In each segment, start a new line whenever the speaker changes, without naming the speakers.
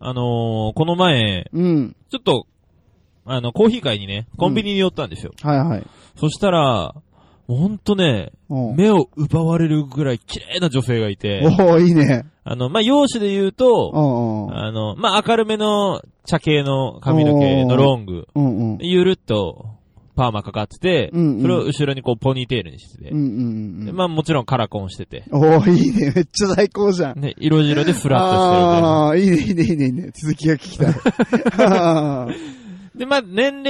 あのーこの前、
うん。
ちょっと、あの、コーヒー会にね、コンビニに寄ったんですよ。
はいはい。
そしたら、もうほんとね、
おう
目を奪われるぐらい綺麗な女性がいて、
おういいね。
あの、まあ、容姿で言うと、
おうおう
あの、まあ、明るめの茶系の髪の毛のロング、
うんうん。
ゆるっとパーマかかってて、
うんうん
それを後ろにこうポニーテールにしてて、
うんうんう
で
ん。
まあ、もちろんカラコンしてて、
おおいいね。めっちゃ最高じゃん。
ね、色白でフラッとしてるみたいな。
ああー、いいね、いいね、いいね、いいね。続きが聞きたい。あー
で、まあ、年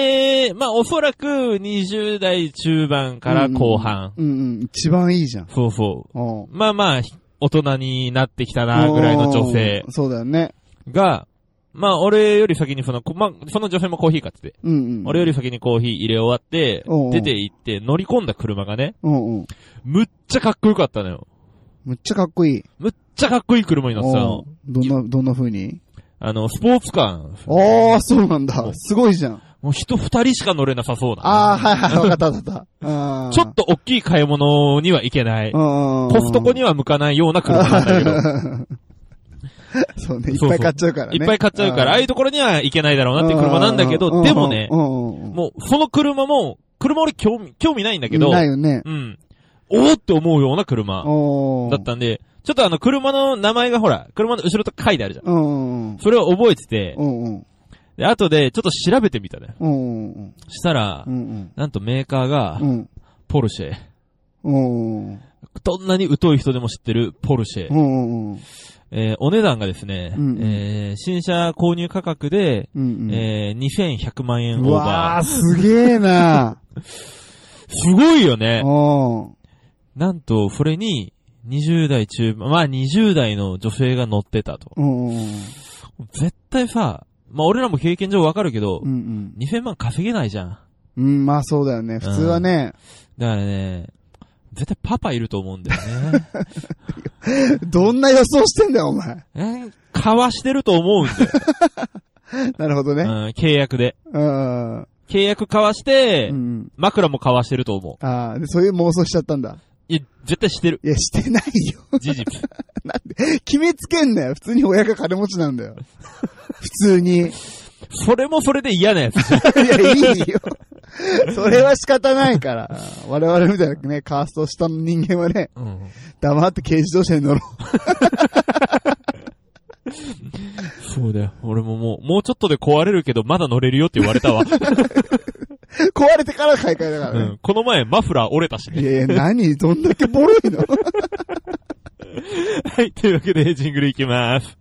齢、まあ、おそらく20代中盤 から後半。
うんうん。一番いいじゃん。
そうそ
おう
う。まあまあ、ひ大人になってきたな、ぐらいの女性
おうそうだよね。
が、まあ、俺より先にその、こまあ、その女性もコーヒー買ってて、
うんうん。
俺より先にコーヒー入れ終わって
おうお、う
出て行って乗り込んだ車がね、
うんうん。
むっちゃかっこよかったのよ。
むっちゃかっこいい。
むっちゃかっこいい車に乗ってた
お
の
う。どんな、どんな風に
あの、スポーツカー。
ああ、そうなんだ
お。
すごいじゃん。
もう人二人しか乗れなさそうな。
ああ、はいはい、わかったわかったわかった。あー
ちょっと大きい買い物には行けない。
うんうんうん
コストコには向かないような車なんだけど。
そうね、いっぱい買っちゃうからね。
いっぱい買っちゃうから、ああいうところには行けないだろうなっていう車なんだけ
うんうん
ど、
うん
でもね
う、んうんうん
もうその車も、車俺興味、興味ないんだけど、
ないよね。
うん。おーって思うような車
お
だったんで、ちょっとあの車の名前がほら、車の後ろと書いてあるじゃん。
た。うんうん
それを覚えてて
う、ん。うんうん。
で、後でちょっと調べてみたね。
うんうん
したら
うん。う、ん
なんとメーカーが
う、ん。
ポルシェ。
うんうん。
どんなに疎い人でも知ってるポルシェ
う。んうん。
えーお値段がですね、
うん
えー新車購入価格で、
うんうん。
えー2100万円オ
う
ー
わ
バ
あ、
ー。
すげえな
すごいよ ね。
おー
なんと、それに、20代中盤、まあ20代の女性が乗ってたと。
うんうんうん。
絶対さ、まあ俺らも経験上わかるけど
う、ん
2000万稼げないじゃん。
うん。うん、まあそうだよね。普通はね、
だからね、絶対パパいると思うんだよ ね。
どんな予想してんだよ、お前。
えーかわしてると思うんだよ。
なるほど
う
ね。
ん、契約で。
うん。
契約かわして、
うん。
枕もかわしてると思
ああ、でそういう妄想しちゃったんだ。
う。いや、絶対してる。
いや、してないよ。
事 実。
決めつけんなよ。普通に親が金持ちなんだよ。 普通に。いや、
それもそれで嫌なやつ。
いいよ。 それは仕方ないから。我々みたいなね、カースト下の人間はね、
うん。
黙って軽自動車に乗ろ
そうだよ。俺ももう、もうちょっとで壊れるけど、まだ乗れるよって言われたわ。
う。 壊れてから買い替えだから
う
ね。
ん。この前、マフラー折れたしね
い。やいや、何どんだけボロいの
はい、というわけで、ジングルいきます。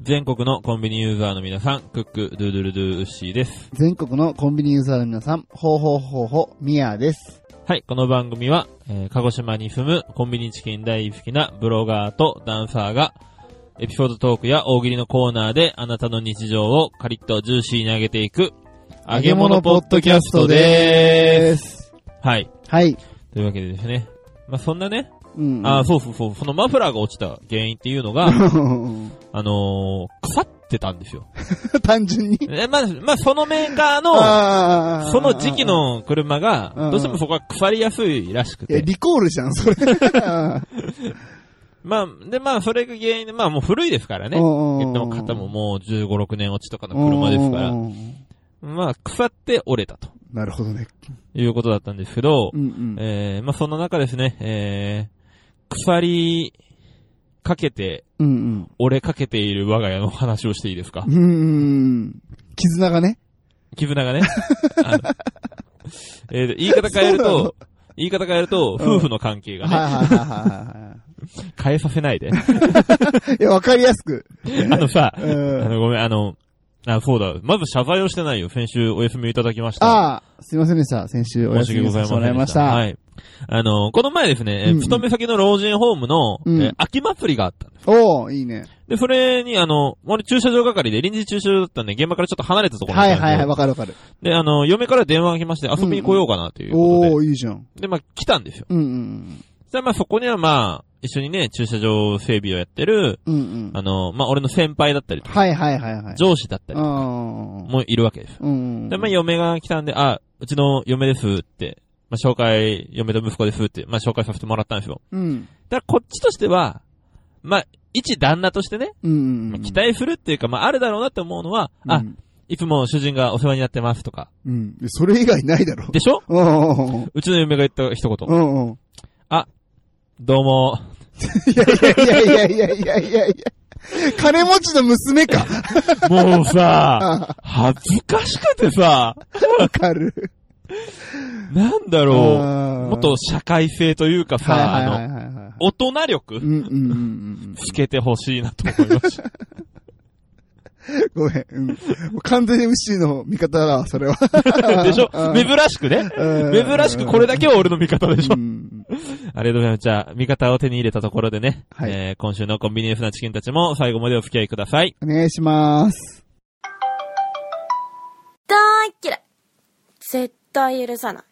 全国のコンビニユーザーの皆さん、クック、ドゥードゥルドゥウッシーです。
全国のコンビニユーザーの皆さん、ほうほうほうほう、ミヤです。
はい、この番組は、えー鹿児島に住むコンビニチキン大好きなブロガーとダンサーが、エピソードトークや大喜利のコーナーであなたの日常をカリッとジューシーに上げていく、揚げ物ポッドキャストでー
す。
す。はい、
はい。
というわけでですね。まあ、そんなね、
うん。
あーそうそうそう、そのマフラーが落ちた原因っていうのが、あのー腐ってたんですよ。
単純に。
えまあ、まあ、そのメーカーの、
あー
その時期。の車が、
うん
どうしてもそこが腐りやすいらしく
いや、
て。
リコールじゃん、 それ。
まあ、で、まあ、それが原因で、まあ、もう古いですからね。言っても型ももう15、6年落ちとかの車ですか
う
ら、
んうんうん。
まあ、腐って折れたと
なるほどね。
いうことだったんですけど
う、んうん。
えーまあ、その中ですね、えー、腐りかけて、
うん
折れかけている我が家の話をしていいですか
うん。うんうん。絆がね。
絆がね。 あのえーと言い方変える
そうなの
と、言い方変えると、
うん
夫婦の関係
は
が
い
ね、
はいはいは
変えさせないで。
いはい。いや、わかりやすく。
あのさ、あ
うん
の、ごめん、あの、あ、そうだ。まず謝罪をしてないよ。先週お休みいただきました。
ああ、すいませんでした。先週お
申
休
し訳
み
ご
さ
ざいま
せて
せ
も
んで
らい
した
ました。
はい。あの、この前ですね、え
うんうん
勤め先の老人ホームの、
うん
えー秋祭りがあったんです。
おおいいね。
で、それに、あの、俺駐車場係で臨時駐車場だったんで、現場からちょっと離れたところに
はい
いたんですよ
はいはい、わかるわかる。
で、あの、嫁から電話が来まして、遊びに来ようかなということで。
おおいいじゃん。
で、まあ、来たんですよ。
うんうん
で、まあ、そこにはまあ、一緒にね、駐車場整備をやってる、
うんうん。
あの、まあ、俺の先輩だったりとか、
はいはいはいはい。
上司だったりとか
うん
もいるわけですよ。
うん。
で、まあ、嫁が来たんで、あ、うちの嫁ですって、まあ、紹介、嫁と息子ですって、まあ、紹介させてもらったんですよ。
うん。
だからこっちとしては、まあ、一旦那としてね、
うん。
まあ期待するっていうか、まあ、あるだろうなって思うのは、
う
あ、
ん
いつも主人がお世話になってますとか。
うん。それ以外ないだろ。
でしょ
うん。
うちの嫁が言った一言。
うんうん。
どうも。
いやいやいやいやいやいやいや。金持ちの娘か。
もうさ、
あ
恥ずかしくてさ、
わかる。
なんだろう。も
も
っと社会性というかさ、
はい
あ
はい
の、
はいはいはい。
大人力
うんうんうんうん
つけてほしいなと思いました。
うん。ごめん。うん、もう完全にウッシーの味方だわ、それは。
でしょ
うん
珍しくね。
うん
珍しくこれだけは俺の味方でしょ
う。ん
ありがとうございます。じゃあ、味方を手に入れたところでね、
はい
えー今週のコンビニエンスなチキンたちも最後までお付き合いください。
お願いします。
大っ嫌い絶対許さない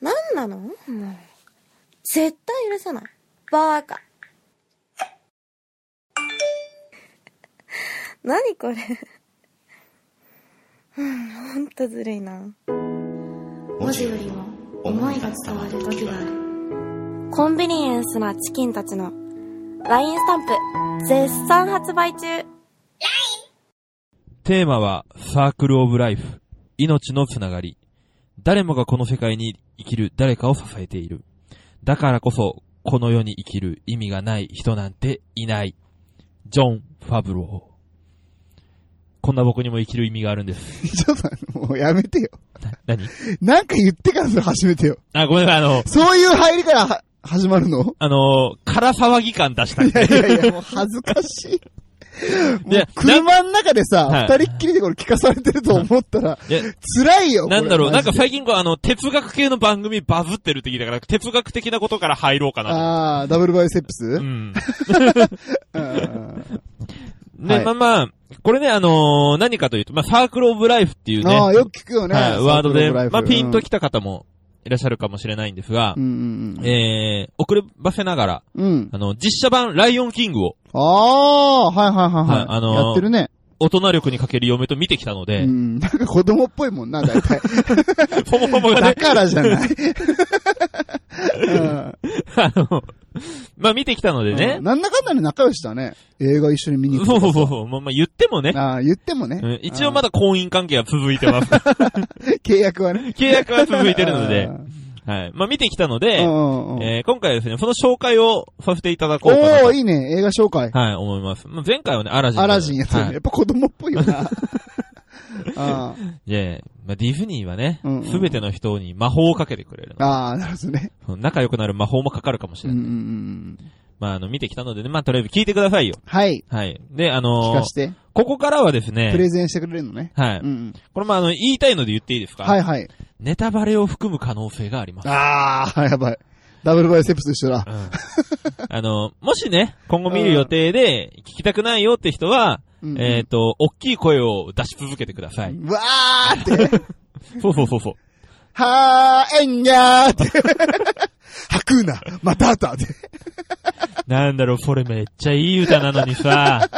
何なのもう絶対許さないバーカ 何これうんほんとずるいな
文字よりも思いが伝わる時がある
コンビニエンスなチキンたちの LINE スタンプ絶賛発売中
テーマは、サークルオブライフ。命のつながり。誰もがこの世界に生きる誰かを支えている。だからこそ、この世に生きる意味がない人なんていない。ジョン・ファブロー。こんな僕にも生きる意味があるん です。
ちょっと、もうやめてよ。
な、何
なんか言ってからそれ始めてよ。
あ、ごめんなさい、あの、
そういう入りからは始まるの
あのー、空騒ぎ感出したい。
いやいや、もう恥ずかしい。
いや、
車の中で
は
さ、
い
二人っきりでこれ聞かされてると思ったら、
いや
辛いよ。
なんだろう、
これ
なんか最近こう、あの、哲学系の番組バズってるって聞いたから、哲学的なことから入ろうかな。
ああ、ダブルバイセップス、う
うん。
ん
ね、
はい
まあまあ、これね、あのー何かというと、まあ、サークルオブライフっていうね、
あ
は
あ、
い、
よく聞くよね。
ワードで、
サクルオブライフ
まあ、ピンとき
た。
た方もいらっしゃるかもしれないんですが
う、ん。うん
えー、遅ればせながら、
うん。うん。
あの、実写版ライオンキングを
ああ、はいはいはい
は
はいい。
あのー
やってるね。
大人力にかける嫁と見てきたの
う
で、
ん。なんか子供っぽいもん な、大体。
ポモポモ が
だ
ね、
からじゃない。うん
あの、まあ見てきた のでね
うん、なんだかんだで仲良しだね。映画一緒に見に行く
そ
と
う
か
そう
さ。
そう、まあまあ言ってもね、
ああ、言ってもね。
うん一応まだ婚姻関係は続いてます。
ああ契約はね。
契約は続いてるので
あ、
はい。まあ見てきたの
あ
で、
うんうんうん
えー今回はですね、その紹介をさせていただこうかなと
おー、いいね。映画紹介。
はい、思います。まあ、前回はね、アラジン。
アラジンやってる
は
ね。
い
やっぱ子供っぽいよ な。あ
いやいやまあ、ディズニーはね
うんうん、
すべての人に魔法をかけてくれる
あ、ああ、なるほどね。
の。仲良くなる魔法もかかるかもし
う
れ
んうん
な
う
い。
ん。
まあ、あの、見てきたのでね、まあ、とりあえず聞いてくださいよ。
はい。
はい。で、あ
聞
の
か
ー
して。
ここからはです
プ
ね、
レゼンしてくれるのね。
は
う
い
んう。ん。
これもあの、言いたいので言っていいですか
はいはい。
ネタバレを含む可能性があります。
あ あ、やばい。ダブルバイセップスと一緒だ
う。んあの、もしね、今後見る予定で、聞きたくないよって人は、
うんうん
えっと、大きい声を出し続けてください。
うわーって。
そうそうそうそう。
はー、えんやーって。 吐くな。またあったって。
なんだろう、それめっちゃいい歌なのにさ。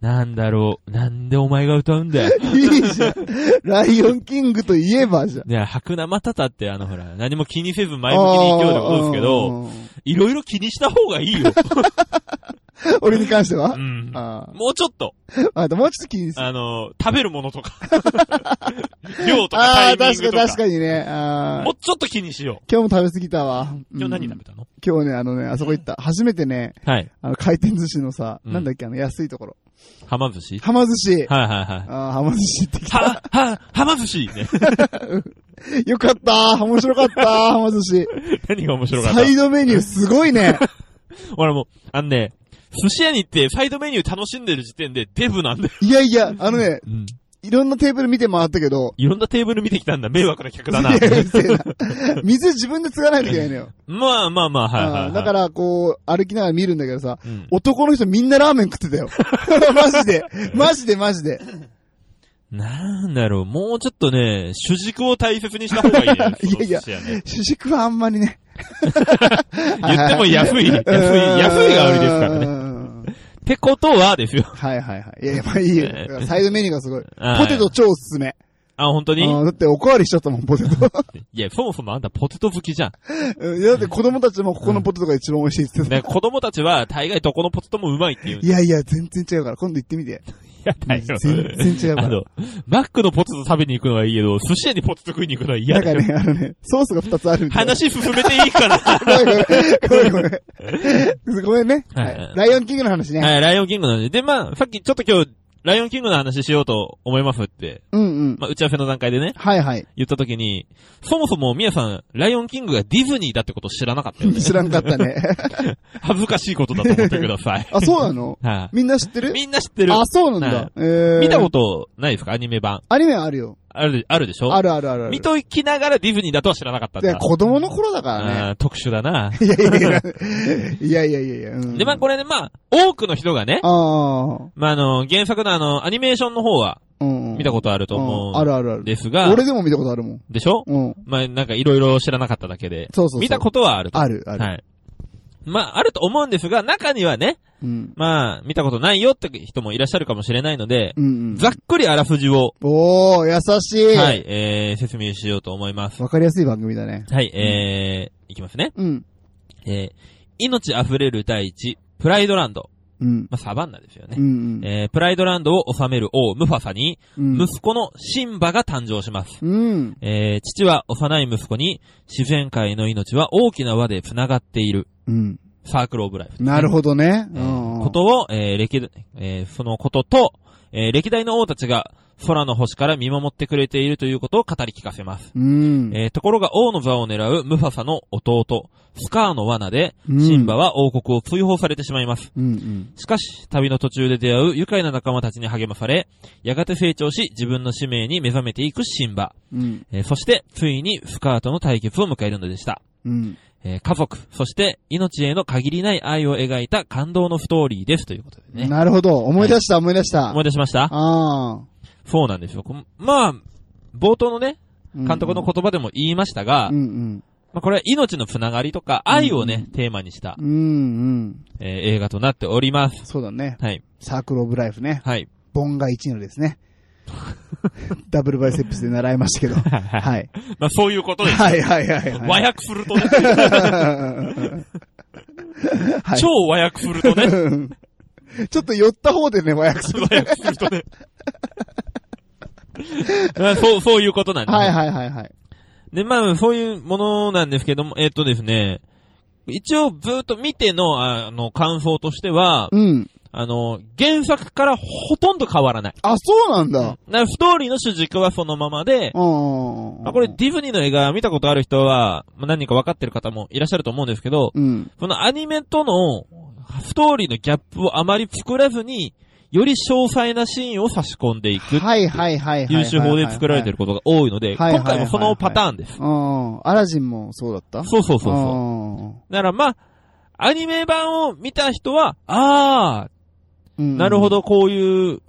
なんだろう、なんでお前が歌うんだよ。
いいじゃん。ライオンキングといえばじゃん。
いや、白生たたって、あのほら、何も気にせず前向きに生きようってことですけど、いろいろ気にした方がいいよ。
あー。俺に関しては
うん。
あ
もうちょっと、
ーあ。でもうちょっと気にする。
あの、食べるものと か、量と
あ
か
あ、
タイミング
確か
とか、
確かにね。あー
もうちょっと気にしよう。
今日も食べ過ぎたわ。
今日何
うん
食べたの、
今日ね、あのね、あそこ行った。初めてね、
はい。
あの、回転寿司のさ、
うん
なんだっけ、あの、安いところ。
はま寿司
はま寿
は
司。
いはいはい。
ああ、はま寿司行ってきた。
は、は、はま寿司ね。
よかったー面白かったーはま寿司。
何が面白かった
サイドメニューすごいね。
俺もう、あのね、寿司屋に行ってサイドメニュー楽しんでる時点でデブなんだよ。
いやいや、あのね、
うん。
いろんなテーブル見て回ったけど、
いろんなテーブル見てきたんだ。迷惑な客だ な。
いやうるせえな水自分で継がないといけないのよ。
まあまあまあ、はいはい、は
う
い。、
んだからら、こう、歩きながら見るんだけどさ、
うん。
男の人みんなラーメン食ってたよ。マジで。マジでマジで。
なんだろう、もうちょっとね、主軸を大切にした方がいいね。
いやいや
その寿司屋ね
主軸はあんまりね。
言ってもヤ フイ、ヤフイ、ヤフイが売りですからね。
ね。
ってことはですよ。
はいはいはい。いや、やっぱいいよ。サイドメニューがすごい。
はい
ポテト超おすすめ。
あ、本当に
うんだっておかわりしちゃったもん、ポテト。
いや、そもそもあんたポテト好きじゃん。
うんいやだって子供たちもここのポテトが一番美味しいって言ってた。
ね、子供たちは大概どこのポテトもうまいっていう。
いやいや、全然違うから。今度行ってみて。
や、だよ
全然違うか
あ
ら。
の、マックのポテト食べに行くのはいいけど、寿司屋にポテト食いに行くのは嫌
なん
だ
か
よ。
ね、あのね、ソースが二つあ るみたいな。
話進めていいかな は
ごめんごめん。ごめん。ごめんね。
は
はいい。ライオンキングの話ね。
い、ライオンキングなんで。で、まあ、さっきちょっと今日、ライオンキングの話しようと思いますって、
うんうん。
まあ、打ち合わせの段階でね、
はいはい。
言った時に、そもそもみやさん、ライオンキングがディズニーだってこと知らなかっ たよね。
知らんかった ね。
恥ずかしいことだと思ってください
。あ、そうなの
は
みんな知って
い。
る
みんな知ってる。
あ、そうな
は
んだ
い。
えー
見たことないですかアニメ版。
アニメはあるよ。
ある、あるでしょ
あるあるあるある。
見ときながらディズニーだとは知らなかったん
いや
だ。
子供の頃だから
あー特殊だな。
ね。いやいやいや。いやいやいやいや。うん
で、まあこれね、まあ、多くの人がね、
ああ。
まああの、原作のあの、アニメーションの方は
うん。
見た
こ
ことあると
ん。あ
思
るあるあ
うん
る。
ですが、
俺でも見たことあるもん。
でしょ
うん。
まあなんかいろいろ知らなかっただけで、
そうそうそう。
見たことはあると。
ある、ある。
はい。まあ、あると思うんですが、中にはね、
うん。
まあ、見たことないよって人もいらっしゃるかもしれないので、
うんうん。
ざっくりあらすじを、
おー、優しい。
は。い、えー、説明しようと思います。
わかりやすい番組だね。
はい、えー、いきますね。
うん。
えー、命溢れる大地、プライドランド。
うん。
まあ、サバンナですよ
う
ね。
ん
えー、プライドランドを治める王、ムファサに、
うん。
息子のシンバが誕生します。
うん。
えー、父は幼い息子に、自然界の命は大きな輪で繋がっている。
うん。
サークルオブライフ、
なる
ど。
ほどね。
え
う
ー
ん。
ことを、えー歴代、えーそのことと、えー歴代の王たちが空の星から見守ってくれているということを語り聞かせます。
うん。
えーところが王の座を狙うムファサの弟、スカーの罠で、
うん
シンバは王国を追放されてしまいます。
うんうん。
しかし、旅の途中で出会う愉快な仲間たちに励まされ、やがて成長し、自分の使命に目覚めていくシンバ。
うん。
えーそして、ついにスカーとの対決を迎えるのでした。
うん。
えー家族、そして命への限りない愛を描いた感動のストーリーですということでね。
なるほど。思い出した、思い出した。
思い出しました
ああ。
そうなんですよ。こまあ、冒頭のね、
うん
監督の言葉でも言いましたが、
うんうん。
まあ、これは命のつながりとか愛をね、テーマにした、
うんうん。
えー映画となっております。
そうだね。
はい。
サークルオブライフね。
はい。
ボンガ一のですね。 ダブルバイセップスで習いましたけど。はい。
まあ、そういうことです。
はいはいはいは
和
い。
訳するとね、
はい
超和訳するとね、
ちょっと寄った方でね、和訳する。
和訳すると ね。まあそう、そういうことなんですね。
はいはいはいはい。
で、まあ、そういうものなんですけども、えっ、とですね、一応ずっと見ての、ああの、感想としては、
うん。
あの、原作からほとんど変わらない。
あ、そうなんだ。
だからストーリーの主軸はそのままで、
うん。
まあ、これディズニーの映画見たことある人は、まあ、何人か分かってる方もいらっしゃると思うんですけど、
うん。
そのアニメとのストーリーのギャップをあまり作らずに、より詳細なシーンを差し込んでいくって
はいはいはいはい。
いう手法で作られてる。ことが多いので、
はいはいはい
今回もそのパターンです。
うん。アラジンもそうだった
そうそうそうそう。
そ
だからまあ、アニメ版を見た人は、ああ、
うん。
なるほ。ど、こういう、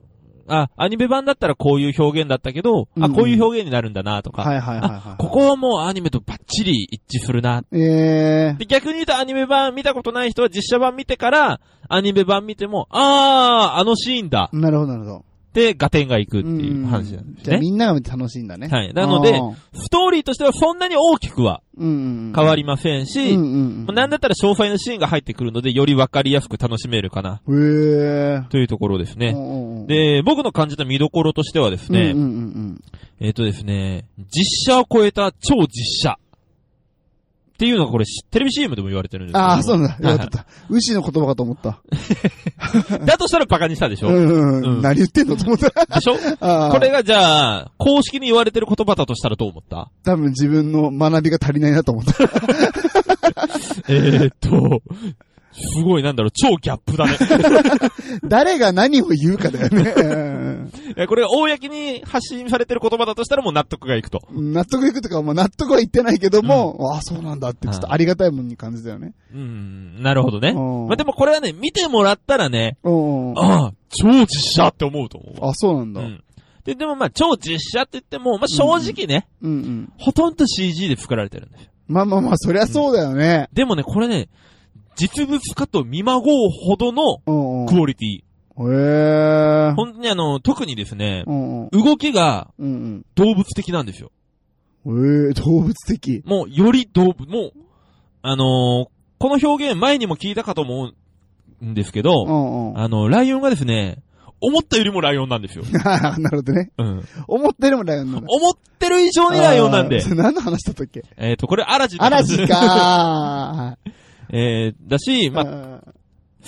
あ、アニメ版だったらこういう表現だったけど、
うんう
あ、
ん
こういう表現になるんだな、とか、
はいはいはい
あ
は
ここはもうアニメとバッチリ一致するな。
い。え
で、逆に言うとアニメ版見たことない人は実写版見てから、アニメ版見ても、ああ、あのシーンだ
ー。なるほどなるほど。
で、合点がいくっていう話なんです
じゃあみ
ね。
んなが見て楽しいんだね。
はいなので
あー
ストーリーとしてはそんなに大きくは
うんうんうん。
変わりませんし、
うんうんう
なんだったら詳細なシーンが入ってくるので、よりわかりやすく楽しめるかな、
ん。へー
というところですね。
うんうんうん、
で、僕の感じた見どころとしてはですね、
うんうんうん
えっ、とですね、実写を超えた超実写。っていうのがこれ、しテレビ CM でも言われてるんで
う
す
ん、
けど
ああ、そうなんだ。
は
よ
い
かった。牛の言葉かと思った。
だとしたらバカにしたでし
う
ょ、
んうん
う
うんん。何言ってんのと思った。
でしょ
あー
これがじゃあ、公式に言われてる言葉だとしたらどう思った
多分自分の学びが足りないなと 思った。
えーっと、すごいなんだろう、超ギャップ だね。
誰が何を言うかだよね うん
いやこれが公に発信されてる言葉だとしたらもう納得がいくと。
うん。納得いくとか、まあ納得は言ってないけども、ああ、そうなんだって、ちょっとありがたいもんに感じたよね。
うん、なるほどね。
うん
まあ、でもこれはね、見てもらったらね、
うんうんうん。
ああ、超実写って思うと思うわ。
あ、そうなんだ。
うん。で、でもまあ、超実写って言っても、まあ正直ね、
うんうん。
ほとんど CG で作られてるんですよ。
まあまあまあ、そりゃそうだよね。
でもね、これね、実物かと見まごうほどの
うんうん。
クオリティ。
へえ。
本当にあの、特にですね、
うんうん。
動きが
うん
動物的なんですよ。
うん。ええ、動物的。
もう、より動物、もう、あのーこの表現前にも聞いたかと思うんですけ
う
ど、
んうん。
あの、ライオンがですね、思ったよりもライオンなんです よ。
なるほどね。
うん。
思ってるもんライオンなんだ。
思ってる以上にライオンなんで
あー。それ何の話だったっ け
えっ、と、これ、アラジンの話
嵐。か
えー、だし、
ー。
まあ、
あ、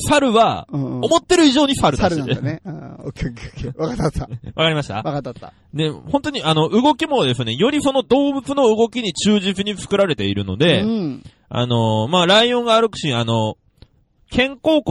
猿は、
思
思ってる以上に猿だし。
猿なんだ。ね。あーオッケーオッケーオッケー。わかったわかっ。
わかりましたた
わかったわかっ
で、本当に、あの、動きもですね、よりその動物の動きに忠実に作られているの
た。
で、
うん。
あの、まあ、ライオンが歩くシーン、あの、肩甲骨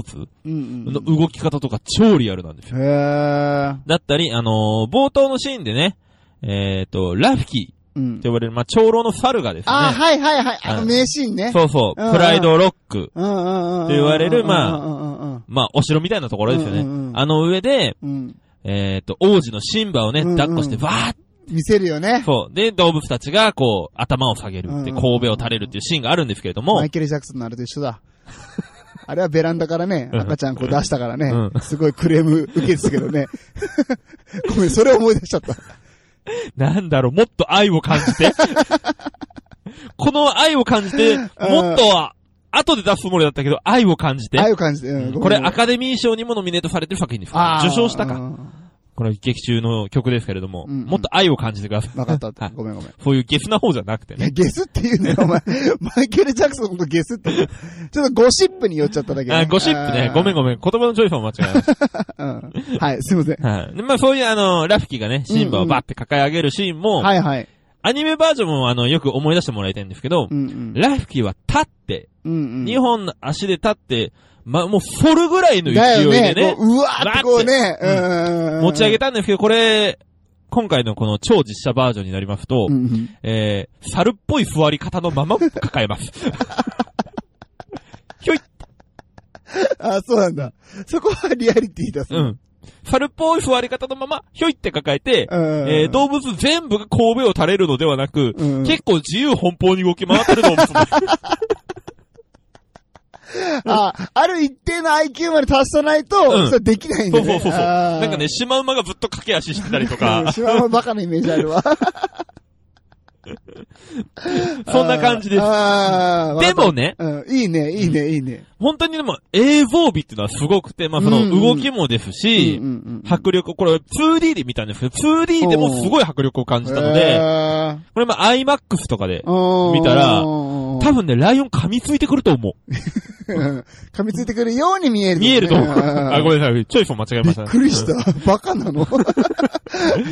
うんうん
の。動き方とか超リアルなんですよ。
へー。
だったり、あの、冒頭のシーンでね、えっ、と、ラフキ
う
ー
ん
と。呼ばれる、まあ、長老の猿がですね、
あー、はいはいはい。あ
うん
の名シーンね。
そうそう、
うん
プライドロック、
うんうんうんうん。
って言われるまあ
うんうんうん
まあ、お城みたいなところですよね。
うんうんうん
あの上で、
うん。うん。
えっ、と、王子のシンバをね、
うんうん
抱っこして、わーっ
見せるよね。
そう。で、動物たちが、こう、頭を下げるって、
うん
神戸を垂れるっていうシーンがあるんですけれども
マイ、ケル・ジャクソンのあれと一緒だ。 あれはベランダからね、
うん
赤ちゃんこう出したからね、
う
すごいクレーム受けてたけ どね。ごめん、それを思い出しちゃった。
なんだろう、もっと愛を感じて。 この愛を感じて、もっとは、後で出すつもりだったけど、愛を感じて。
愛を感じて、うん、ご
こ
め
れ
ん
アカデミー賞にもノミネートされてる作品ですから。受賞した。
ごめ
か。
んあ
これ劇中の曲ですけれども、
うんうん
もっと愛を感じてくださ
ーわかったわか
は
った。
い
ごめんごめん。い
い。そういうゲスな方じゃなくて
や、
ね。
ゲスって言うね、お前。マイケル・ジャクソンのことゲスって言う。ちょっとゴシップに寄っちゃっただけ、ね。
あゴシップね。ごめんご
め
め
ん。
ん。言葉のチョイスも間違えました。
うんはい、すいません。
はい。でまあそういうあの、ラフキーがね、シンバをバッて抱え上げるシーンも、
はいはい。
アニメバージョンもあの、よく思い出してもらいたいんですけど
う、んうん。
ラフキーは立って、
うんうん。
2本の足で立って、ま、もう反るぐらいの
だ
勢い
よ
で
ね。
ね
こ、ううわーってこうね、
バーって
うん
持ち上げ
た。
たんですけど、これ、今回のこの超実写バージョンになりますと
う、んうん
えー、猿っぽい座り方のまま抱えます。 ひょい
あ、そうなんだ。そこはリアリティだす。
うん。猿っぽい座り方のまま、ひょいって抱えて、
うん。
えー、動物全部が神戸を垂れるのではなく、
うん
結構自由奔放に動き回ってる動 物も。
あ、ある一定の IQ まで達さないと、
うん
それできないん
そ
だ
うそう
ね。
そうそう。
あー
なんかね、、シマウマがずっと駆け足してたりとか、
シマウマバカなイメージあるわ。
そんな感じです。
あー
で、もね、
わかったうん、いいね、いいね、いいね。
本当にでも映像美っていうのはすごくて、まあそ
うん
の
うん
動きもですし、
うんうんうん
迫力、これ 2D で見たんですけど、2D でもすごい迫力を感じたので、
え
これまあ IMAX とかで、
ー
見たら
うん
多分ね、ライオン噛みついてくると思う。
うん噛みついてくるように見える。
見えると思う。あ、ご
れ。
めんなさい。チョイスも間違え
び
ま
っ
したね。
くりした。バカ なの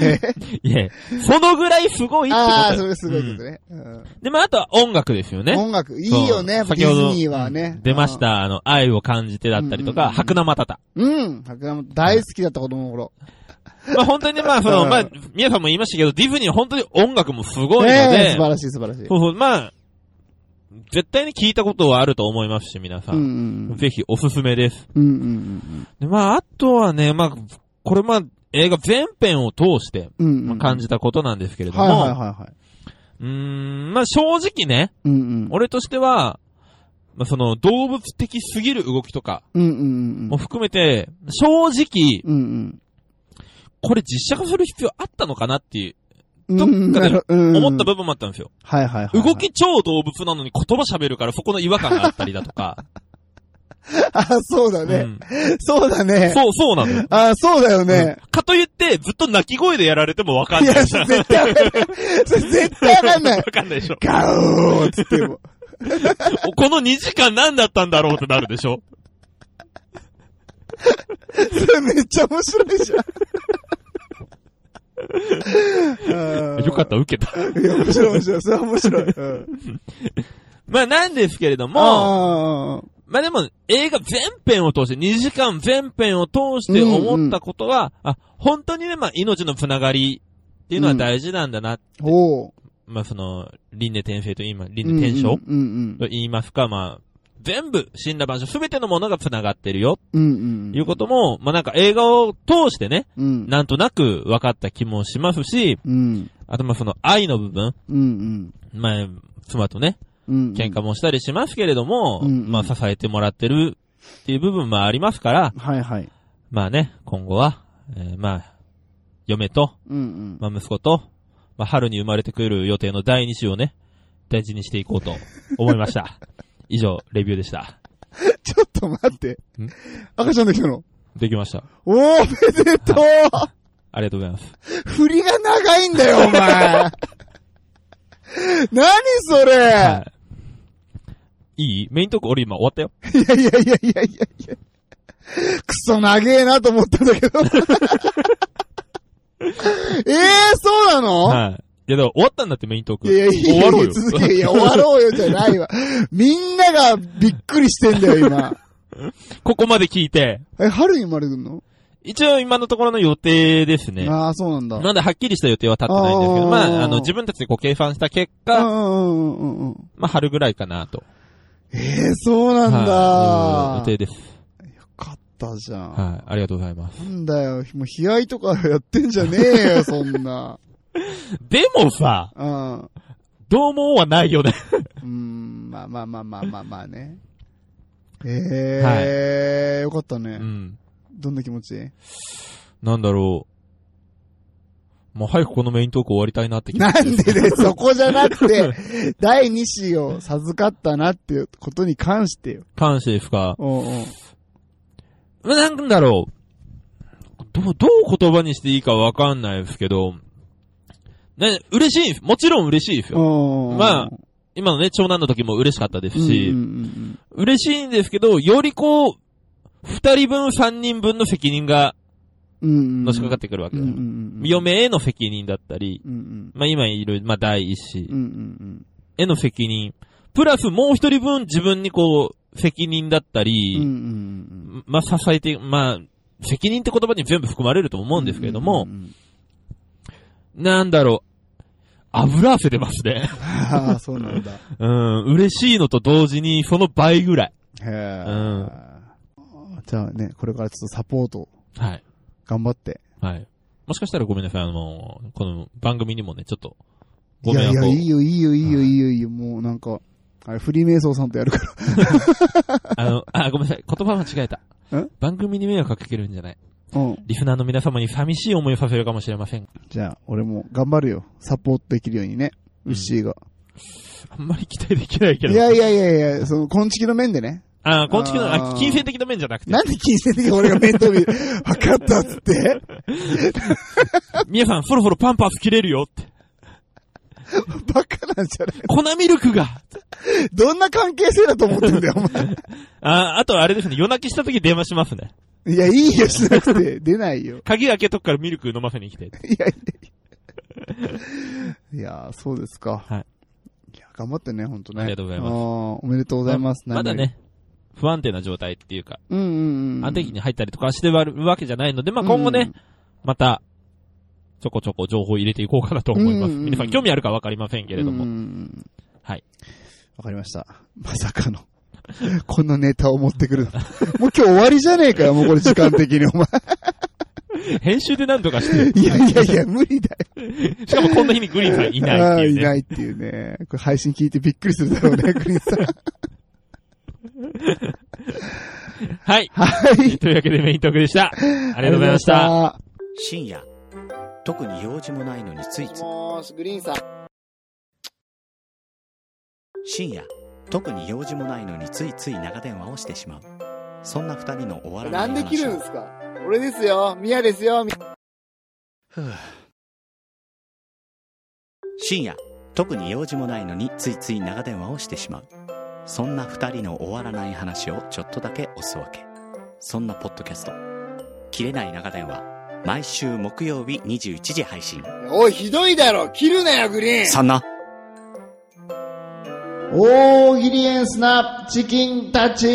え
いえ、そのぐらいすごいってこと
ああ、そ
よ
れすごいことね。うん
うんで、まああとは音楽ですよね。
音楽、いいよね、
そう
ディズニーはね。
出ました。あの、愛を感じてだったりと
うんうん
か、
うん
白生たた。
うん。白山大好きだった子供の頃。
まあ本当にねまあそ
う
の、
ん
まあ、皆さんも言いましたけど、ディズニーは本当に音楽もすごいの
ええ
で
素、晴らしい素晴らしい。
そうそう、まあ、絶対に聞いたことはあると思いますし、皆さ
うん
ん。
うん
ぜひおすすめです。
うん。うんうん
で、まあ、あとはね、まあ、これまあ、映画全編を通して、
うん。うん
ま
う
あ、
ん。
感じたことなんですけれども、
はいはいはいはいう
ーん、まあ正直ね、。
うんうん。
俺としては、まあその動物的すぎる動きとか
うんうんう
も
ん。
含めて、正直、
うん
これ実写化する必要あったのかなっていう、
うん。
どっかで思
思
った部分もあったんですよ。
はいはいはい。
動き超動物なのに言葉喋るからそこの違和感があったりだとか。
あ、 そうだ
う
ね。
ん
そうだね。
そう、そうなのよ。
あ、そうだよね。
かといって、ずっと泣き声でやられてもわかん
い
ない
や、
じゃん。
絶対わかんない。それ絶対わかん な
わ
い。
かんないでしょ。
ガオーっつっても。
この2時間何だったんだろうってなるでしょ。
それめっちゃ面白いじゃ ん。
よかった、受けた。
た。いや、面白い面白い。それは面白い。うん
まあなんですけれども、
あー
まあでも映画全編を通して、2時間全編を通して思ったことは、あ、本当にね、まあ命のつながりっていうのは大事なんだな。
おー。
まあその、輪廻転生と今、輪廻転生
うんうんうんうん。
と言いますか、まあ、全部、死んだ場所、すべてのものが繋がってるよ、
うんうん。
いうことも、まあ、なんか映画を通してね、
うん。
なんとなく分かった気もしますし、
うん。
あとまあその愛の部分、
うんうん。
まあ、妻とね、
うん。
喧嘩もしたりしますけれども、
うん
まあ支えてもらってるっていう部分もありますから、
はいはい。
まあね、今後は、えーまあ、嫁と、
うんうん。
まあ息子と、まあ春に生まれてくる予定の第2子をね、大事にしていこうと思いま した。以上、レビューでした。
ちょっと待って
ん。
赤ちゃんできたの
できました。
おー、めでとう
ありがとうございます。
振りが長いんだよ、 お前何それ、
はい。いいメイントーク俺今終わったよ。
い、やいやいやいやいやいや。クソ長えなと思ったんだ けど。ええー、そうなの、
はい。いやだから終わったんだってメイントーク。
いやいやいや、
終わろうよ。
続け、いや、終わろうよじゃないわ。みんながびっくりしてんだ よ、今。
ここまで聞いて、
え、春に生まれるの、
一応今のところの予定ですね。
ああ、そうなんだ。
なんではっきりした予定は立ってないんですけど、
あー
まあ、あの、自分たちでこう計算した結果、
うんうんうんうんうん。
まあ、春ぐらいかなと。
ええー、そうなん
はいうん
だ。
予定です。
よかったじゃん。
はい。ありがとうございます。
なんだよ、もう悲哀とかやってんじゃねえ よ、そんな。
でもさ、
うん。う
どうもはないよね。
ーん、まあまあまあまあまあまあね。ええーよかったね。
うん。
どんな気持ち
なんだろう。もう早くこのメイントーク終わりたいなって気持
な
ち
んでね、そこじゃなくて、第2子を授かったなっていうことに関してよ。
関してですか。
おうおう
まあなんだろう。どう、どう言葉にしていいかわかんないですけど、ね、嬉しいんです。もちろん嬉しいですよ。
おうおう
まあ、今のね、長男の時も嬉しかったです
うんうん
し、
うん
嬉しいんですけど、よりこう、二人分、三人分の責任が
うん。うんうん。
のしかかってくるわけ
う
だ
んう
よ。
んうん。
嫁への責任だったり、
うんうん。
まあ今いる、まあ第一子
うんうん
への責任、プラスもう一人分自分にこう、責任だった
うん。うんう
り、
ん
まあ支えて、まあ、責任って言葉に全部含まれると思
う
うん
ん。
ですけれども
うん、うんうん。
なんだろう、油汗出ますね。
ああ、そうなんだ。
うん、嬉しいのと同時にその倍ぐらい。
へえ。じゃあね、これからちょっとサポート
はい。
頑張って。
はい。もしかしたらごめんなさい、あの、この番組にもね、ちょっと、ご
いや
迷
いや、
惑
い
を
いよ、いいよ、いいよ、いいよ、いいよ、もうなんか、あれ、フリーメイソーさんとやるから。
あの、あ、ごめんなさい。言葉間違えた
ん。
番組に迷惑かけるんじゃない。
うん。
リスナーの皆様に寂しい思いをさせるかもしれません。
じゃあ、俺も頑張るよ。サポートできるようにね。ウッシーが。
あんまり期待できないけど。
いやいやいやいや、その、昆虫の面でね。
あ、こんちきの、
あ
あ、
ー
金銭的な面じゃなくて
な。んで金銭的に俺が面倒見るわかったっつって。
皆さん、そろそろパンパス切れるよって。
バカなんじゃない
粉ミルクが。
どんな関係性だと思ってんだよ、お前。
あ、あとあれですね。夜泣きした時電話しますね。
いや、いいよ、しなくて。出ないよ。
鍵開けとくからミルク飲ませに来て。
いやいや。いやー、そうですか。。
はい
いや、頑張ってね、ほんとね。
ありがとうございます
あーおめでとうございます。
まだ。ね、不安定な状態っていうか、
うんうんうん。
安定期に入ったりとかしてるわけじゃないので、まあ今後
うん
ね、また、ちょこちょこ情報入れていこうかなと思います。
うん
皆さん興味あるかわかりませんけれど
う
も。
ん
はい。
わかりました。まさかの。 このネタを持ってくるなんて。もう今日終わりじゃねえかよ、もうこれ時間的にお 前。
編集で何とかして。
いやいやいや、無理だよ。
しかもこんな日にグリーンさんいない
あ
って
ー
いう
い
ね。
ないっていうね。これ配信聞いてびっくりするだろうね、グリーンさん。
はい。
はい。
というわけでメイントークでした。あ
あ
りがとうございました。
深夜特に用事もないのについつい
もし、グリーンさん。
深夜特に用事もないのについつい長電話をしてしまうそんな二人の終わらない話を
すか俺ですよ、ミヤですよ、
ふう深夜特に用事もないのについつい長電話をしてしまうそんな二人の終わらない話をちょっとだけおすわけそんなポッドキャスト「切れない長電話」毎週木曜日21時配信
おい、ひどいだろ切るなよ、グリー
そんな
大喜利エンスナチキンたち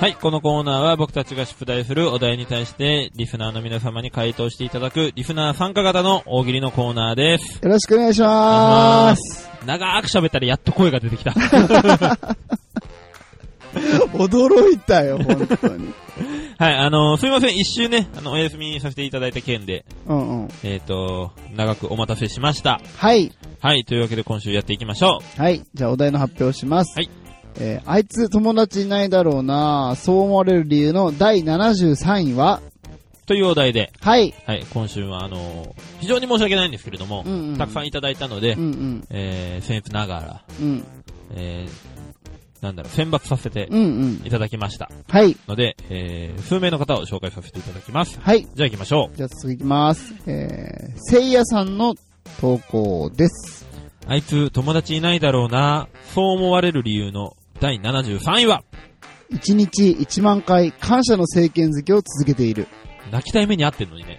はい、このコーナーは僕たちが出題するお題に対して、リスナーの皆様に回答していただく、リスナー参加型の大喜利のコーナーです。
よろしくお願いします。
長く喋ったらやっと声が出てきた。
驚いたよ、本当に。
はい、あのーすいません、一周ね、あの、お休みさせていただいた件で、
うんうん。
えっ、と、長くお待たせしました。
はい。
はい、というわけで今週やっていきましょ
はい。じゃあお題の発表します。
はい。
えーあいつ友達いないだろうなそう思われる理由の第73位は
う。というお題で、
はい。
はい、今週はあのー非常に申し訳ないんですけれども、
うんうん
たくさんいただいたので、
うんうん。
えー、僭越ながら、
うん。
えー、なんだろう、選抜させて
うんうん。
いただきました。
はい。
ので、えー、数名の方を紹介させていただきます。
はい。
じゃあ行きましょ
じゃあ次いきます。えー、せいやさんの投稿です。
う。あいつ、友達いないだろうな、そう思われる理由の第73位は、
1日1万回感謝の政権づけを続けている。
泣きたい目にあってんのにね。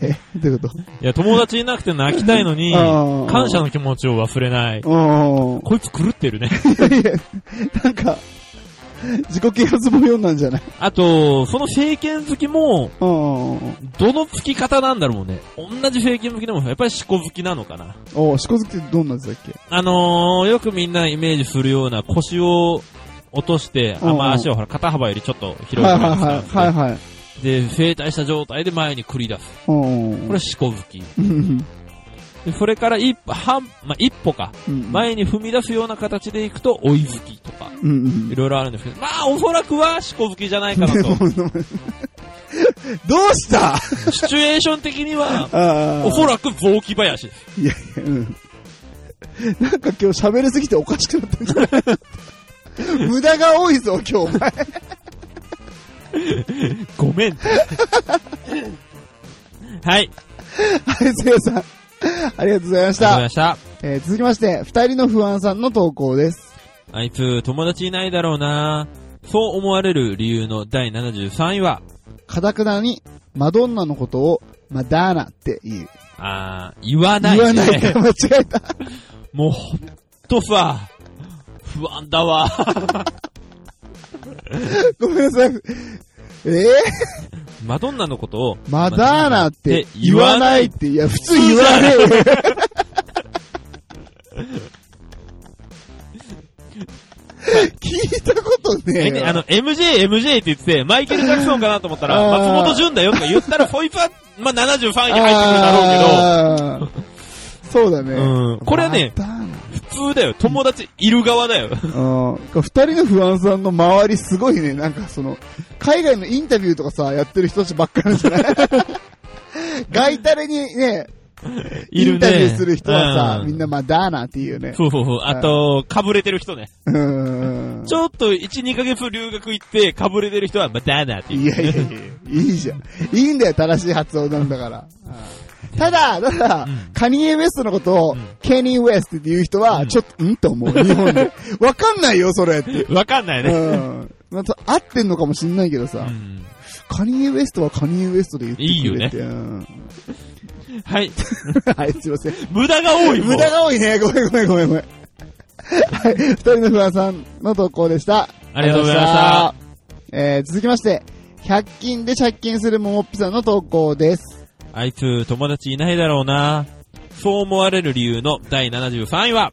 え、どういうこと
いや、友達いなくて泣きたいのに、
あー
感謝の気持ちを忘れない。
うん。
こいつ狂ってるね。
いや なんか、自己啓発本読んだんじゃない
あと、その政権好きも、
うんうんうん。
どの付き方なんだろうね。同じ政権好きでも、やっぱり思考好きなのかな。
おう、しこづきってどんなやつだっけ
あのー、よくみんなイメージするような腰を落として、あ
うんうん
まあ、足をほら肩幅よりちょっと広
はいいは
く
いはい。はいはい。
で、整体した状態で前に繰り出す。
うんうん。
これ、思考好き。
うん
でそれから一歩、半、まあ、一歩か。
うん、
前に踏み出すような形でいくと、追い好きとか。
うんうん
い。ろいろあるんですけど、まあ、おそらくは思考好きじゃないかなと。
どうしたあ
シチュエーション的には、
あ
おそらく雑木林です。
いやいや、うん。なんか今日喋りすぎておかしくなったん じゃない無駄が多いぞ、今日お前。
ご めんって。はい。
はい、せいやさん。あり
ありが
がとうございまし
とうござい
た
ま。した。
えー続きまして、二人の不安さんの投稿です。
あいつ、友達いないだろうなそう思われる理由の第73位は、
かたくなに、マドンナのことを、マダーナって言う。
あー、言わない、
言わないから間違えた。
もう、ほんとさ、不安だわ。
ごめんなさい。えー、
マドンナのことを、
マダーナって言わないっ。て、いや、普通言
言
わ
わ
ね
ね
えよ。聞いたことねえ
え、
よ。
ねあの、MJ、MJ って言ってて、マイケル・ジャクソンかなと思ったら、
あー
松本潤だよとか言ったら、そいつ は、まあ、73位に入ってくるだろう
あー、そうだね。
うんこれはね
マダーナ
けど、普通だよ。友達いる側だよ。
うん。二人の不安さんの周りすごいね、なんかその、海外のインタビューとかさ、やってる人たちばっかりなん じゃないガイタレにね、
い
イ
るね。
ンタビューする人はさ、
う
みんなマダーナっていうね。
そうそうそう。あと、かぶれてる人ね。
うん。
ちょっと、1、2ヶ月留学行って、かぶれてる人は、まあ、だーなって
い
いう。
やいやいや、いいじゃん。いいんだよ、正しい発音なんだから。ただ、ただ、カニエ・ウェストのことを、ケニー・ウェストっていう人は、ちょっと、んと思う、日 本で。わかんないよ、それって。
わかんないうね。
ん。また合ってんのかもしんないけど
う
さ、
ん。
カニエ・ウェストはカニエ・ウェストで言ってくれて。いいよね。
はい。
はい、すいません。
無駄が多い。もう
無駄が多いね。ごめんごめんごめんごめん。はい、二人の不安さんの投稿でした。
ありがとうございました
ありがとうございました。えー、続きまして、100均で借金するももっぴさんの投稿です。
あいつ、友達いないだろうな。そう思われる理由の第73位は、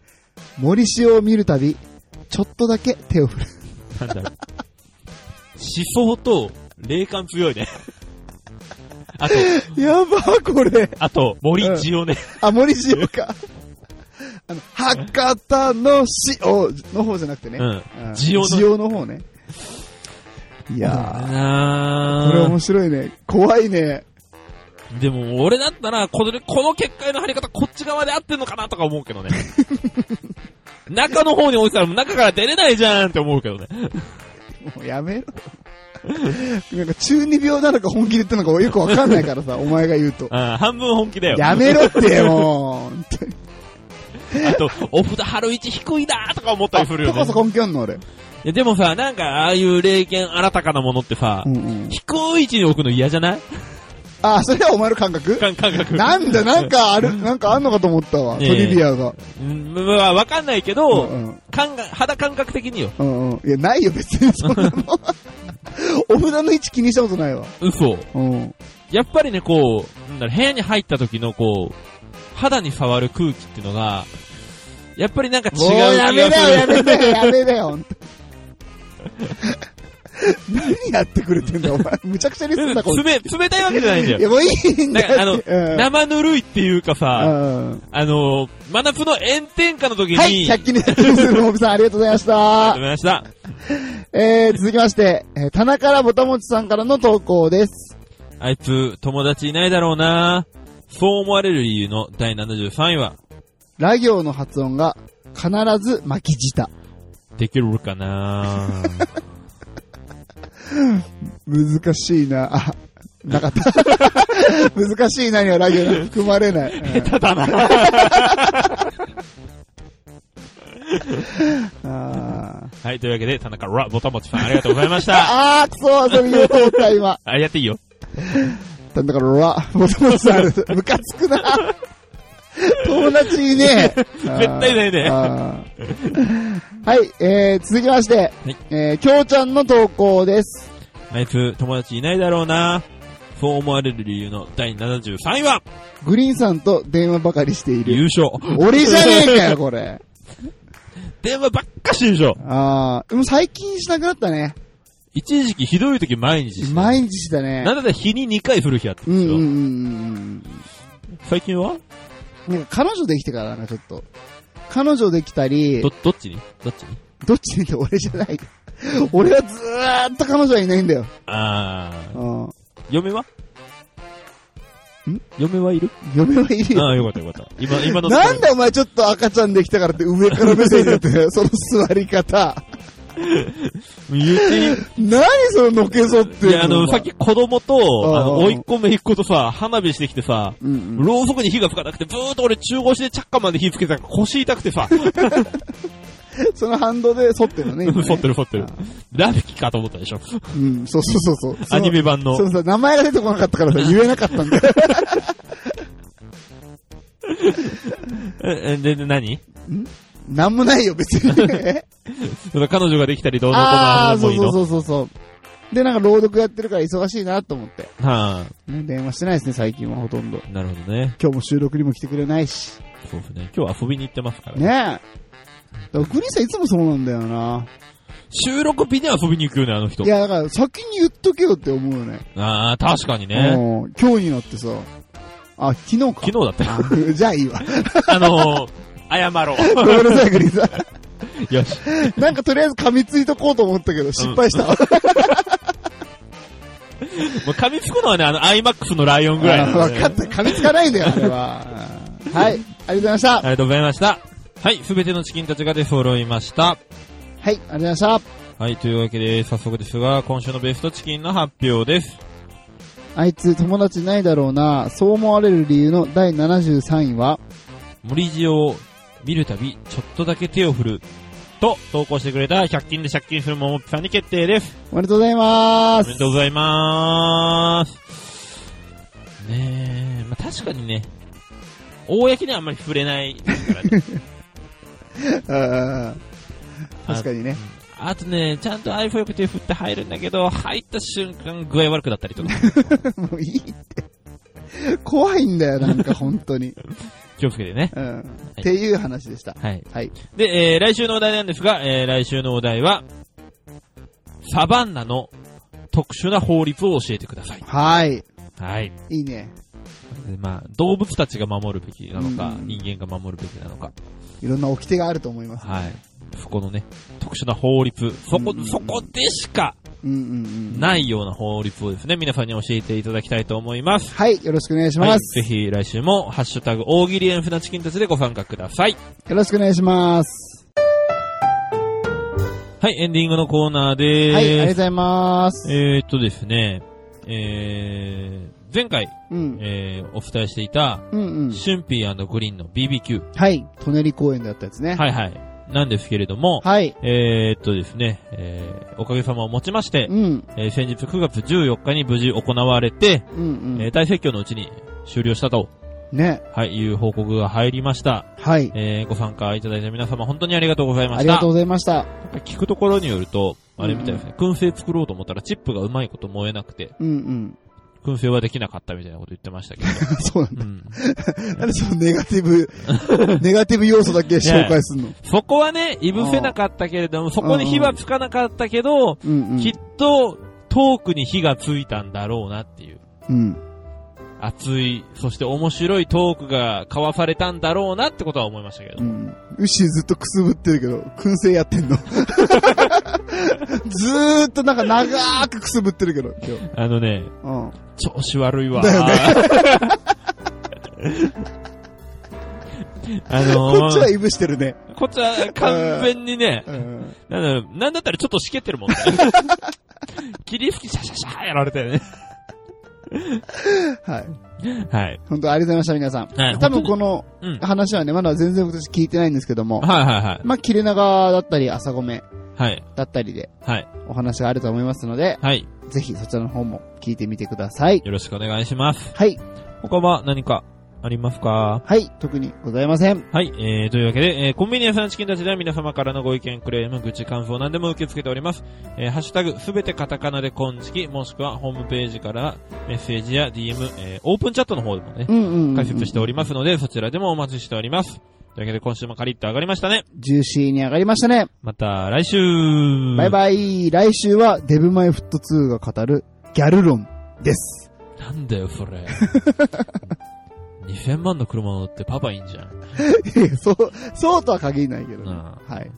森塩を見るたび、ちょっとだけ手を振る。
なんだろう。思想と霊感強いね。あと、
やば、これ。
あと、森塩ね。
あ、森塩か。 あの、博多の塩の方じゃなくてね。
うん
ん
塩の
塩の方ね。いやー、これ
な
面白いね。怖いね。
ーでも、俺だったら、この、この結界の張り方、こっち側で合ってんのかなとか思うけど ね。中の方に置いてたら、中から出れないじゃんって思うけどね。
もうやめろ。 なんか中二病なのか本気で言ってんのかよくわかん ないからさ、お前が言うと。
うん、半分本気だよ。
やめろって、 もう。本当に
あと、お札貼る位置低いなーとか思ったりするよ
そ
ね
こそ。こ根拠あんの俺。
いやでもさ、なんか、ああいう霊剣新たかなものってさ、
うんうん。
低い位置に置くの嫌じゃない
あ、それはお前の感覚
感感 覚。
なんだ、なんか ある、なんかあんのかと思ったわ。ト
ええ
リビアが。
うん、まあわかんないけど、
うん
感が、肌感覚的によ。
うんうん。いや、ないよ、別にそんなの。お札の位置気にしたことないわ。
嘘。
うん。
やっぱりね、こう、なんだろう部屋に入った時のこう、肌に触る空気っていうのが、やっぱりなんか違う
もうやめだよ、やめだよ、やめだよ、ほんと何やってくれてんだよ、お前。むちゃくちゃにすんだ、こい
冷、冷たいわけじゃないんだ
つ。いや、
よ。
もういいん
なん
だ
かあの
って。うん
生ぬるいっていうかさ、
うん
あの、真夏の炎天下の時に、
はい、
あ
100
り
均で100均するもみさん、ありがとうございまし
がとう
た
ご。ざいました。
えー、続きまして、えー、棚からぼたもちさんからの投稿です。
あいつ、友達いないだろうなそう思われる理由の第73位は、
ラ行の発音が必ず巻き舌。
できるかな
難しいな。あ、なかった。 難しいなにはラ行が含まれない。うん
ただな。
あー
はい、というわけで、田中ら、ぼたもちさんありがとうございまし た。
あー、くそー、遊びようと思った、今。
あ、やっていいよ。
なんだから、うわ、ぼたもちさん、ムカつくな。友達いねえ。絶
絶対ないね
はい、えー、続きまして、
はい
えー、きょうちゃんの投稿です。
あいつ、友達いないだろうなそう思われる理由の第73位は、
グリーンさんと電話ばかりしている。
優勝。
俺じゃねえかよ、これ。
電話ばっかしてるでしょ。
あー、でも最近しなくなったね。
一時期ひどい時毎日してた
毎日したね
な。んだったら日に2回振る日あったん
う
で
ん
すよ。
うんうんうん
最近は
うん。なんか彼女できてからだな、ちょっと。彼女できたり、
ど
ど、
どっちにどっちに
っちにって俺じゃない。俺はずーっと彼女はいないんだよ。
あー、
うん。
嫁はん嫁はいる
嫁はいるよ。
ああ、よかったよかった。今、今のところ
なんでお前ちょっと赤ちゃんできたからって上から目線になって、 その座り方。
言っていい
何そののけそってん
いや、あの、さっき子供と、あの、
うん
甥っ子めいっ子とさ、花火してきてさ、
うんうん
ろうそくに火がつかなくて、ブーっと俺中腰で着火まで火つけてたから腰痛くてさ、 反
その反動で反ってるのね。今ね
ってる反ってる。ラビキかと思ったでしょ。
うん、そうそうそうそう。
アニメ版の
そ。のさ、名前が出てこなかったからさ、言えなかったん だよ。
え、えで、で、何
なんもないよ、別に。
その彼女ができたりどうのこうの
あ
あ
あ、
るの
そ
も
う
いいの
そうそうそうそう。で、なんか朗読やってるから忙しいなと思って。
は
ね電話してないですね、最近はほとんど。
あ、なるほどね。
今日も収録にも来てくれないし。
そうですね。今日遊びに行ってますから。
ねえ。だからグリーンさんいつもそうなんだよな。
収録日に遊びに行くよね、あの人
い。や、だから先に言っとけよって思うよね。
ああ、確かにね。
うん今日になってさ。あ、昨日か。
昨日だった よ。
あじゃあいいわ。
あのー、謝ろ
ご
う。
めんなさい、グリーンさん。
よし。
なんかとりあえず噛みついとこうと思ったけど、失敗した。
もう噛みつくのはね、あの、IMAX のライオンぐらいな
あ
ん
ー
で
わかった。噛みつかないんだよ、あれは。うんはい。ありがとうございました。
ありがとうございました。はい、すべてのチキンたちが出揃いました。
はい、ありがとうございまし
はい、というわけで、早速ですが、今週のベストチキンの発表です。
た。あいつ友達ないだろうな、そう思われる理由の第73位は、
森塩を見るたび、ちょっとだけ手を振る。と、投稿してくれた100均で借金するももっぴさんに決定です。
おめでとうございま
お
す
めで。とうございまーす。ねえ、まあ、確かにね、公にはあんまり触れないですからね。
うん確かにね。
あとね、ちゃんと iPhone よく手振って入るんだけど、入った瞬間具合悪くなったりとか。
もういいって。怖いんだよ、なんか本当に。
気をつけてね。
うん。っていう話でした。
はい。
はい。
で、えー、来週のお題なんですが、えー、来週のお題は、サバンナの特殊な法律を教えてください。
はい。
はい。
いいね。
でまあ、動物たちが守るべきなのか
う、ん
人間が守るべきなのか。
いろんな掟があると思います。
はい。そこのね、特殊な法律、そこ
うん、
そこでしか
うんうんうん。
ないような法律をですね、皆さんに教えていただきたいと思います。
はい、よろしくお願いし
は
ま
い、
す。
ぜひ来週も、ハッシュタグ、大喜利エンフなチキンたちでご参加ください。
よろしくお願いします。
はい、エンディングのコーナーでーす。
はい、ありがとうございます。
えー、っとですね、えー、前回、
うん。
えー、お伝えしていた、
うんうん。
シュンピーグリーンの BBQ。
はい、舎人公園でやったやつね。
はいはい。なんですけれども、
はい。
えーっとですね、えーおかげさまをもちまして
う、ん。
えー先日9月14日に無事行われて、
うんうん。
えー大説教のうちに終了したと、
ね。
はい、いう報告が入りました。
はい。
えーご参加いただいた皆様本当にありがとうございま
あ
し
り
た。
がとうございました。
やっぱり聞くところによると、あれみたいですね、燻製作ろうと思ったらチップがうまいこと燃えなくて、
うんうん。
燻製はできなかったみたいなこと言ってましたけど。
そうなんだ。
うん、
なんでそのネガティ ブ、ネガティブ要素だけ紹介すんの
そこはね、いぶせなかったけれども、そこに火はつかなかったけど、
うんう
きっ
ん。
とトークに火がついたんだろうなっていう。
うん。
熱い、そして面白いトークが交わされたんだろうなってことは思いましたけど。
うん。ウッシーずっとくすぶってるけど、燻製やって んの。ずーっとなんか長ーくくすぶってるけど、今日。
あのね、
うん。
調子悪いわ。
だ よ
あのー
こっちはいぶしてるね。
こっちは完全にね、
うん。
なんだろうなんだったらちょっとしけってる もんね。霧吹きシャシャシャーやられたよね。
はい。
はい。
本当ありがとうございました、皆さん。
はい
多分この
うん。
話はね、まだ全然私聞いてないんですけども、
はいはいはい。
まあ、切れ長だったり、朝米
はい。
だったりで
はい。
お話があると思いますので、
はい。
ぜひそちらの方も聞いてみてください。
よろしくお願いします。
はい。
他は何かありますか
はい。特にございません。
はい、えー、というわけで、えー、コンビニ屋さんチキンたちでは皆様からのご意見、クレーム、愚痴、感想、何でも受け付けております。えー、ハッシュタグ、すべてカタカナでコンチキ、もしくはホームページからメッセージや DM、えー、オープンチャットの方でもね
う、んうんうん、うん。
解説しておりますので、そちらでもお待ちしております。というわけで、今週もカリッと上がりましたね。
ジューシーに上がりましたね。
また来週
バイバイ。来週はデブマイフット2が語るギャル論です。
なんだよ、それ。2000万の車乗ってパパいいんじゃん。
そう、そうとは限らないけど
う
ね。
ん
はい。